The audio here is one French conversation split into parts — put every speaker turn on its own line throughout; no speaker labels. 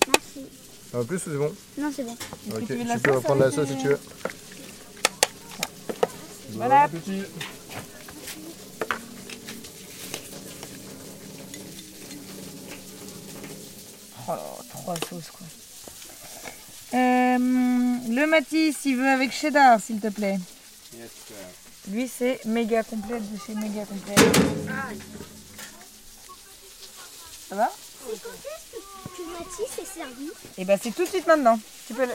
Ça va Ah, plus ou c'est bon
Non, c'est bon.
Ok,
tu veux de la
tu peux
sauce
prendre la
avec
sauce si
les-
tu veux.
Voilà.
Bon appétit.
Oh là là, trois sauces quoi. Euh, le Matisse, il veut avec cheddar, s'il te plaît. Lui, c'est méga complète de chez méga complète. Ça va
Tu Mathis est servi.
Et ben c'est tout de suite maintenant. Tu peux le...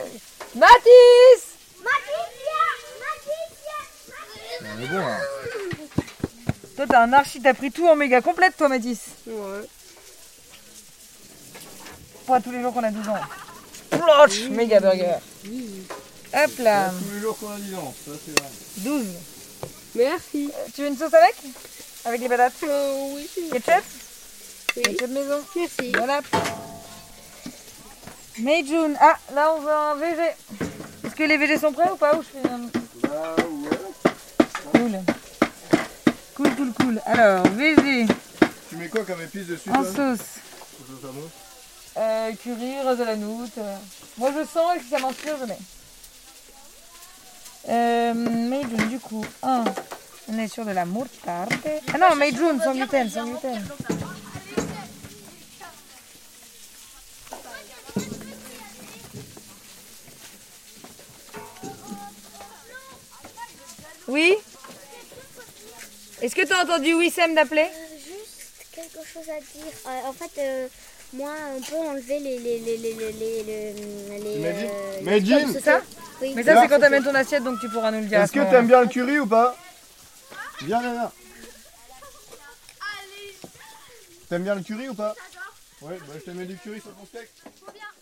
Matisse
On est bon là.
Toi, t'as un archi, t'as pris tout en méga complète, toi, Matisse.
Ouais.
Pas tous les jours qu'on a 12 ans. Plotch, méga burger. Hop là,
Tous les jours qu'on a 10 ans, ça c'est vrai.
12.
Merci.
Tu veux une sauce avec Avec les patates
Oh oui.
Ketchup
Oui.
Ketchup maison.
Merci.
Voilà. May June. Ah, là on veut un VG. Est-ce que les VG sont prêts ou pas ou je fais un-
Ah,
Cool. Cool, cool, cool. Alors, VG
Tu mets quoi comme épice dessus
en
toi
sauce.
Sauce à bon
Euh, curry, rose de la noutre. euh. Moi je sens et si ça m'inspire, je mets. Euh, May June, du coup, 1. On est sur de la moutarde. Ah non, May June, sans gluten, sans gluten. Oui Est-ce que t'as entendu Wissem d'appeler
Euh, Juste quelque chose à dire. Euh, en fait, euh, moi, on peut enlever les. les, les, les, les, les, les, les,
Mais dis-
euh,
mais
les
dis-
pommes,
C'est ça
Oui.
Mais ça
Là,
c'est quand t'amènes ton assiette donc tu pourras nous le dire. à
Est-ce
ce
que
moment-là.
t'aimes bien le curry ou pas Viens là, là. T'aimes bien le curry ou pas Ouais, bah je te mets du curry sur ton steak.
Trop bien.